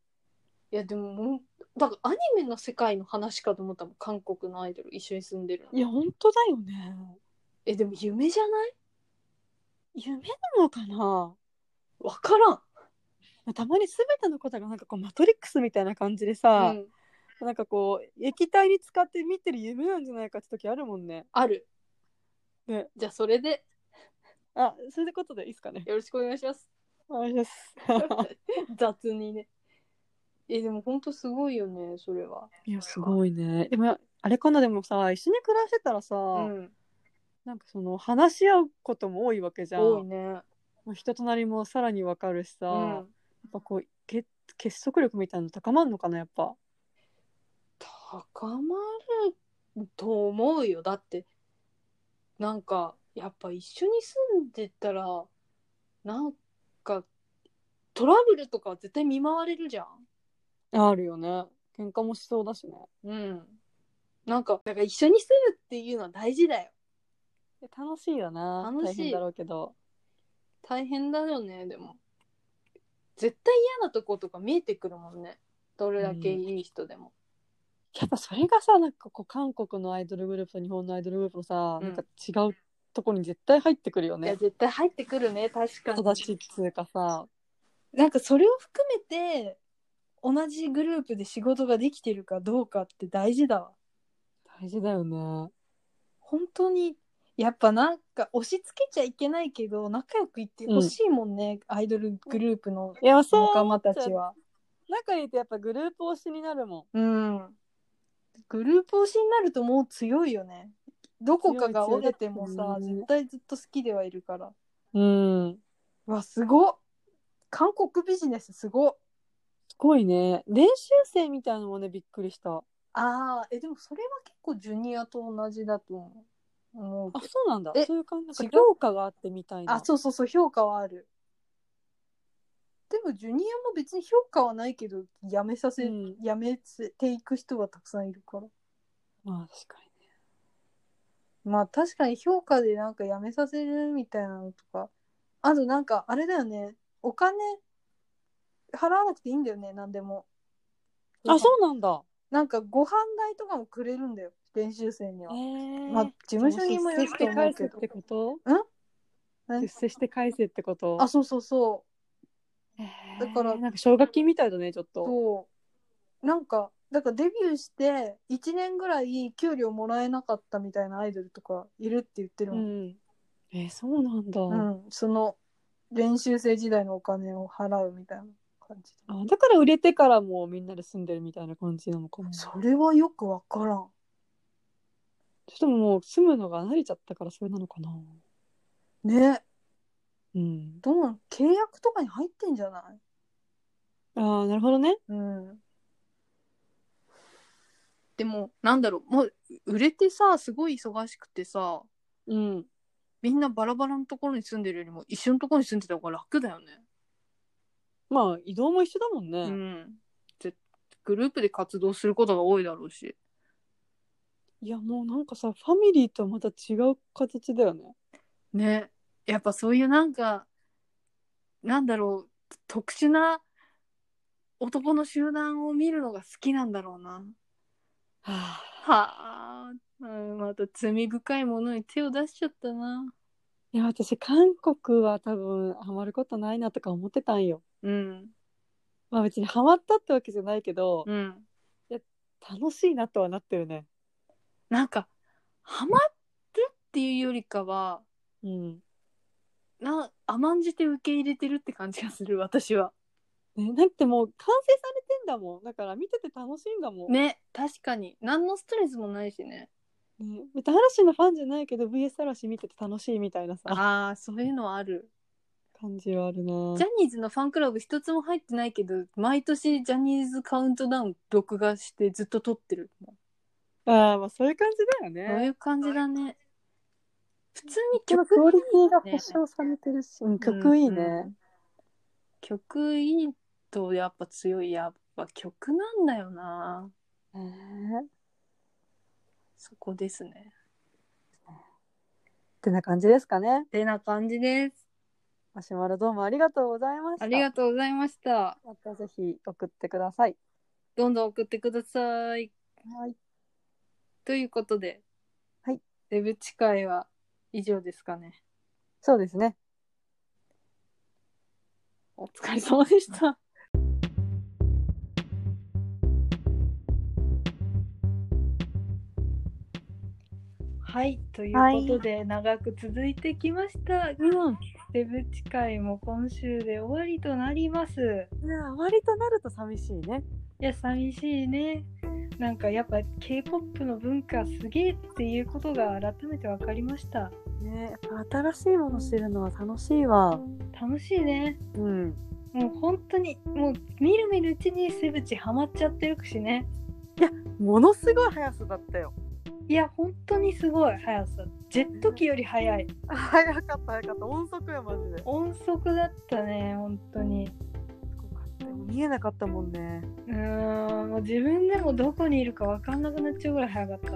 Speaker 5: いやでももうだからアニメの世界の話かと思ったもん韓国のアイドル一緒に住んでるの
Speaker 4: いや本当だよね
Speaker 5: えでも夢じゃない
Speaker 4: 夢なのかな
Speaker 5: わからん
Speaker 4: たまに全てのことがなんかこうマトリックスみたいな感じでさ、
Speaker 5: うん
Speaker 4: なんかこう液体に使って見てる夢なんじゃないかって時あるもんね
Speaker 5: ある
Speaker 4: ね
Speaker 5: じゃあそれで
Speaker 4: あそういうことでいいですかね
Speaker 5: よろしくお願いします
Speaker 4: お願いします
Speaker 5: [LAUGHS] 雑にねえでもほんとすごいよねそれはい
Speaker 4: やすご [LAUGHS] いねでもあれかなでもさ一緒に暮らしてたらさ、
Speaker 5: うん
Speaker 4: なんかその話し合うことも多いわけじゃん
Speaker 5: 多いね
Speaker 4: もう人となりもさらにわかるしさ、
Speaker 5: う
Speaker 4: やっ
Speaker 5: ん
Speaker 4: ぱこうけ結束力みたいなの高まるのかなやっぱ
Speaker 5: 高まると思うよだってなんかやっぱ一緒に住んでたらなんかトラブルとかは絶対見舞われるじゃん
Speaker 4: あるよね喧嘩もしそうだしね
Speaker 5: うんなんかだから一緒に住むっていうのは大事だよ
Speaker 4: 楽しいよな
Speaker 5: 楽しい
Speaker 4: 大変だろうけど
Speaker 5: 大変だよねでも絶対嫌なとことか見えてくるもんねどれだけいい人でも、
Speaker 4: やっぱそれがさなんかこう韓国のアイドルグループと日本のアイドルグループのさ、
Speaker 5: うん
Speaker 4: なんか違うとこに絶対入ってくるよ
Speaker 5: いや
Speaker 4: ね
Speaker 5: 絶対入ってくるね確かに
Speaker 4: 正しいっつうかさ
Speaker 5: なんかそれを含めて同じグループで仕事ができてるかどうかって大事だわ
Speaker 4: 大事だよね
Speaker 5: 本当にやっぱなんか押し付けちゃいけないけど仲良くいってほしいもんね、アイドルグループの
Speaker 4: いやそう
Speaker 5: 仲間たちは
Speaker 4: 仲いいとやっぱグループ推しになるも
Speaker 5: うんグループ推しになるともう強いよねどこかが
Speaker 4: 強い強い
Speaker 5: 折れてもさ、
Speaker 4: うん
Speaker 5: 絶対ずっと好きではいるから
Speaker 4: んうん
Speaker 5: うわすごっ韓国ビジネスすごっ
Speaker 4: すごいね練習生みたいなのもねびっくりした
Speaker 5: ああえでもそれは結構ジュニアと同じだと思う思う
Speaker 4: あそうなんだ
Speaker 5: え
Speaker 4: そういう感じなんか
Speaker 5: 違う
Speaker 4: 評価があってみたいな
Speaker 5: あそうそうそう評価はあるでもジュニアも別に評価はないけど辞めさせ、
Speaker 4: うん
Speaker 5: 辞めていく人はたくさんいるから
Speaker 4: まあ確かに
Speaker 5: まあ確かに評価でなんか辞めさせるみたいなのとかあとなんかあれだよねお金払わなくていいんだよね何でも
Speaker 4: あそうなんだ
Speaker 5: なんかご飯代とかもくれるんだよ練習生には
Speaker 4: え、ー、
Speaker 5: まあ事務所にもよ
Speaker 4: 出世
Speaker 5: る
Speaker 4: し
Speaker 5: と
Speaker 4: て
Speaker 5: 思う
Speaker 4: 返
Speaker 5: け
Speaker 4: せっ
Speaker 5: ど
Speaker 4: てこと
Speaker 5: 何
Speaker 4: 出世して返せってこと
Speaker 5: あそうそうそうだ
Speaker 4: だ
Speaker 5: から
Speaker 4: なんか奨学金みたいだねちょっと
Speaker 5: そうなんかだからデビューして1年ぐらい給料もらえなかったみたいなアイドルとかいるって言ってる
Speaker 4: う
Speaker 5: もん、
Speaker 4: んえーそうなんだ、
Speaker 5: うんその練習生時代のお金を払うみたいな感じで
Speaker 4: あだから売れてからもうみんなで住んでるみたいな感じなのかもちょ
Speaker 5: それはよくわからん
Speaker 4: っともう住むのが慣れちゃったからそれなのかな
Speaker 5: ね
Speaker 4: うん
Speaker 5: どうなん契約とかに入ってんじゃない
Speaker 4: ああなるほどね
Speaker 5: うんでもなんだろうもう売れてさすごい忙しくてさ
Speaker 4: うん
Speaker 5: みんなバラバラのところに住んでるよりも一緒のところに住んでた方が楽だよね
Speaker 4: まあ移動も一緒だもんね、
Speaker 5: うん、ぜグループで活動することが多いだろうし
Speaker 4: いやもうなんかさファミリーとはまた違う形だよね
Speaker 5: ねやっぱそういうなんかなんだろう特殊な男の集団を見るのが好きなんだろうな
Speaker 4: はあ
Speaker 5: はあうんまた罪深いものに手を出しちゃったない
Speaker 4: や私韓国は多分ハマることないなとか思ってたんよ
Speaker 5: うん
Speaker 4: まあ別にハマったってわけじゃないけど、
Speaker 5: うん
Speaker 4: 楽しいなとはなってるね
Speaker 5: なんかハマるっていうよりかは
Speaker 4: うん
Speaker 5: な甘んじて受け入れてるって感じがする私は
Speaker 4: ね、だってもう完成されてんだもんだから見てて楽しいんだもん、
Speaker 5: ね確かに何のストレスもないしね
Speaker 4: ね別に嵐のファンじゃないけど VS 嵐見てて楽しいみたいなさ
Speaker 5: ああそういうのある
Speaker 4: 感じはあるな
Speaker 5: ジャニーズのファンクラブ一つも入ってないけど毎年ジャニーズカウントダウン録画してずっと撮ってる、
Speaker 4: あーまあそういう感じだよ
Speaker 5: そうい
Speaker 4: ね
Speaker 5: う感じだね普通に
Speaker 4: この
Speaker 5: 曲
Speaker 4: クオリティが
Speaker 5: ね
Speaker 4: 保証されてるし、うん曲いいね、
Speaker 5: うん曲いいとやっぱ強いやっぱ曲なんだよな
Speaker 4: ねえ
Speaker 5: そこですね
Speaker 4: ってな感じですかね
Speaker 5: てな感じです
Speaker 4: マシュマロどうもありがとうございました
Speaker 5: ありがとうございました
Speaker 4: またぜひ送ってください
Speaker 5: どんどん送ってください
Speaker 4: はい
Speaker 5: ということで
Speaker 4: はい
Speaker 5: デブチ会は以上ですかね
Speaker 4: そうですね
Speaker 5: お疲れ様でしたはいということで長く続いてきました、
Speaker 4: うん
Speaker 5: デブチ会も今週で終わりとなります。
Speaker 4: いや割となると寂しいね
Speaker 5: いや、寂しいね。なんかやっぱ K-POP の文化すげえっていうことが改めて分かりました。
Speaker 4: ねやっぱ新しいもの知るのは楽しいわ
Speaker 5: 楽しいね。
Speaker 4: うん
Speaker 5: もう本当に、もうみるみるうちにセブチハマっちゃってるしね。
Speaker 4: ものすごい速さだったよ
Speaker 5: いや、本当にすごい速さ。ジェット機より速い。
Speaker 4: 早かった早かった音速やマジで
Speaker 5: 音速だったね、本当に。
Speaker 4: 見えなかったもんね
Speaker 5: うーん、もう自分でもどこにいるか分かんなくなっちゃうぐらい速かった。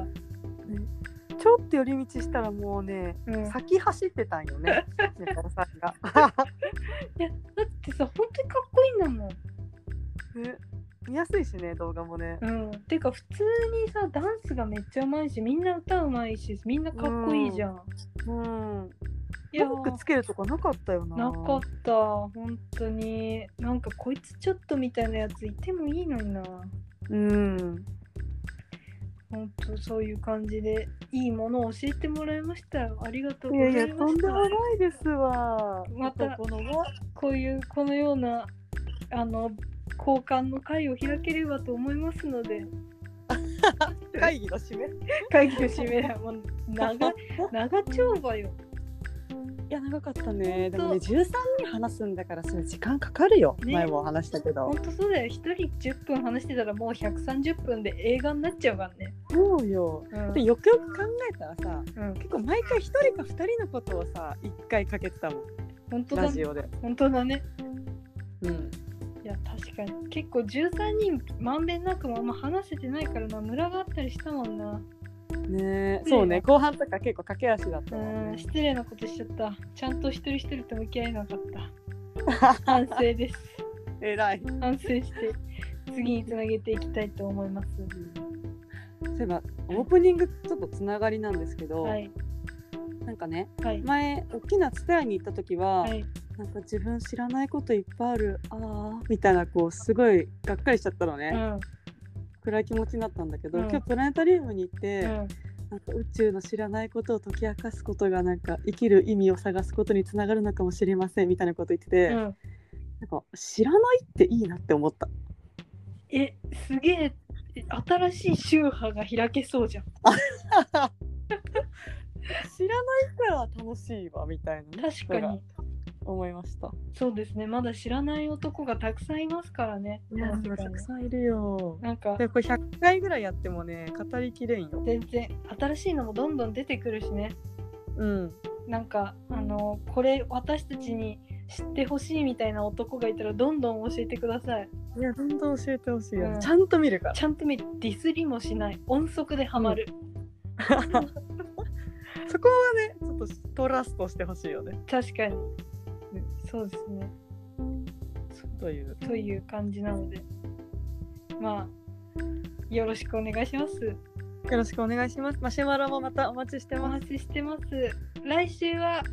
Speaker 4: ちょっと寄り道したらもうね
Speaker 5: うん
Speaker 4: 先走ってたんよ [LAUGHS] ねネコさんが [LAUGHS]
Speaker 5: いやだってさ本当にかっこいいんだもん。
Speaker 4: ね見やすいしね動画もね
Speaker 5: うん、てか普通にさダンスがめっちゃうまいしみんな歌うまいしみんなかっこいいじゃん。
Speaker 4: うん
Speaker 5: いや
Speaker 4: ロックつけるとかなかったよな
Speaker 5: なかった本当になんかこいつちょっとみたいなやついてもいいのにな
Speaker 4: うん
Speaker 5: 本当そういう感じでいいものを教えてもらいましたよありがとう
Speaker 4: い
Speaker 5: ご
Speaker 4: や
Speaker 5: ざ
Speaker 4: いや
Speaker 5: いま
Speaker 4: とん
Speaker 5: し
Speaker 4: で
Speaker 5: た
Speaker 4: もないですわ
Speaker 5: また
Speaker 4: 男のも
Speaker 5: こういうこのようなあの交換の会を開ければと思いますので
Speaker 4: 会議の締めい
Speaker 5: [LAUGHS] 会議を締めればもう [LAUGHS] 長長丁場よ
Speaker 4: や長かったねで
Speaker 5: ほ
Speaker 4: も
Speaker 5: ん
Speaker 4: ね
Speaker 5: と
Speaker 4: 13人話すんだからそれ時間かかるよ、
Speaker 5: ね
Speaker 4: 前も話したけど
Speaker 5: 本当そうだよ一人10分話してたらもう130分で映画になっちゃうからね、
Speaker 4: そうよ
Speaker 5: うん
Speaker 4: でよくよく考えたらさ
Speaker 5: うん、
Speaker 4: 結構毎回一人か二人のことをさ一回かけてたもん
Speaker 5: 本当
Speaker 4: ラ
Speaker 5: だ
Speaker 4: ジオで
Speaker 5: 本当だね
Speaker 4: うん
Speaker 5: いや確かに結構13人まんべんなくもあんま話せてないからなムラがあったりしたもんな
Speaker 4: ねえそうね後半とか結構駆け足だった
Speaker 5: う
Speaker 4: もん
Speaker 5: ん
Speaker 4: ね
Speaker 5: 失礼なことしちゃったちゃんと一人一人と向き合えなかった [LAUGHS] 反省です
Speaker 4: 偉い
Speaker 5: 反省して次につなげていきたいと思います
Speaker 4: そういえばオープニングちょっとつながりなんですけど、
Speaker 5: はい
Speaker 4: なんかね
Speaker 5: はい
Speaker 4: 前大きな蔦屋に行った時は、
Speaker 5: はい
Speaker 4: なんか自分知らないこといっぱいあるああみたいなこうすごいがっかりしちゃったの
Speaker 5: う
Speaker 4: ね、
Speaker 5: ん
Speaker 4: 暗い気持ちになったんだけど、
Speaker 5: うん
Speaker 4: 今日プラネタリウムに行って、
Speaker 5: うん
Speaker 4: なんか宇宙の知らないことを解き明かすことがなんか生きる意味を探すことにつながるのかもしれませんみたいなこと言ってて、
Speaker 5: うん
Speaker 4: なんか知らないっていいなって思った
Speaker 5: えすげえ新しい宗派が開けそうじゃん
Speaker 4: 知らないから楽しいわみたいなね
Speaker 5: 確かに
Speaker 4: 思いました
Speaker 5: そうですねまだ知らない男がたくさんいますからね世の中
Speaker 4: た
Speaker 5: に
Speaker 4: くさんいるよ
Speaker 5: なんか
Speaker 4: でこれ100回ぐらいやってもね語りきれんよ
Speaker 5: 全然新しいのもどんどん出てくるしね
Speaker 4: うん
Speaker 5: なんかあのこれ私たちに知ってほしいみたいな男がいたらどんどん教えてください
Speaker 4: いやどんどん教えてほしいよ、
Speaker 5: うん
Speaker 4: ちゃんと見るから
Speaker 5: ちゃんと見るディスりもしない音速でハマる、
Speaker 4: そこはねちょっとトラストしてほしいよね
Speaker 5: 確かに、そうですね
Speaker 4: という
Speaker 5: という感じなのでまあよろしくお願いします
Speaker 4: よろしくお願いしますマシュマロもまたお待ちして
Speaker 5: お
Speaker 4: ます
Speaker 5: 待ちしてます来週は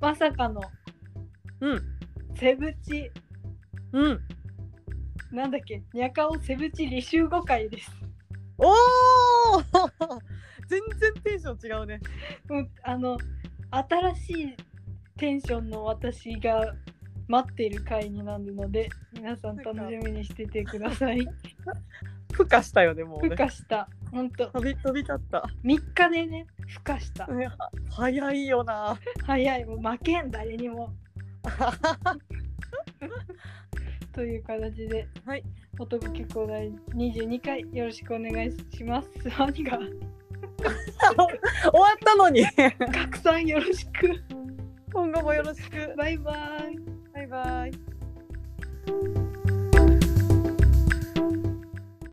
Speaker 5: まさかの
Speaker 4: うん
Speaker 5: セブチ
Speaker 4: うん
Speaker 5: なんだっけニャカオセブチ履修誤会です
Speaker 4: おお [LAUGHS] 全然テンション違うね
Speaker 5: うん、あの新しいテンションの私が待っている回になるので皆さん楽しみにしててください。
Speaker 4: 孵化したよねもう
Speaker 5: 孵
Speaker 4: ね
Speaker 5: 化した。ほんと
Speaker 4: 飛び飛び立った、
Speaker 5: 3日でね孵化した。
Speaker 4: ね、は [LAUGHS] 早いよな
Speaker 5: 早いもう負けん誰にもという形で
Speaker 4: はい
Speaker 5: [LAUGHS] 男結構第22回よろしくお願いします。兄が
Speaker 4: 終わったのに
Speaker 5: 拡散よろしく。
Speaker 4: 今後もよろしく
Speaker 5: バイバイ。
Speaker 4: バイバイ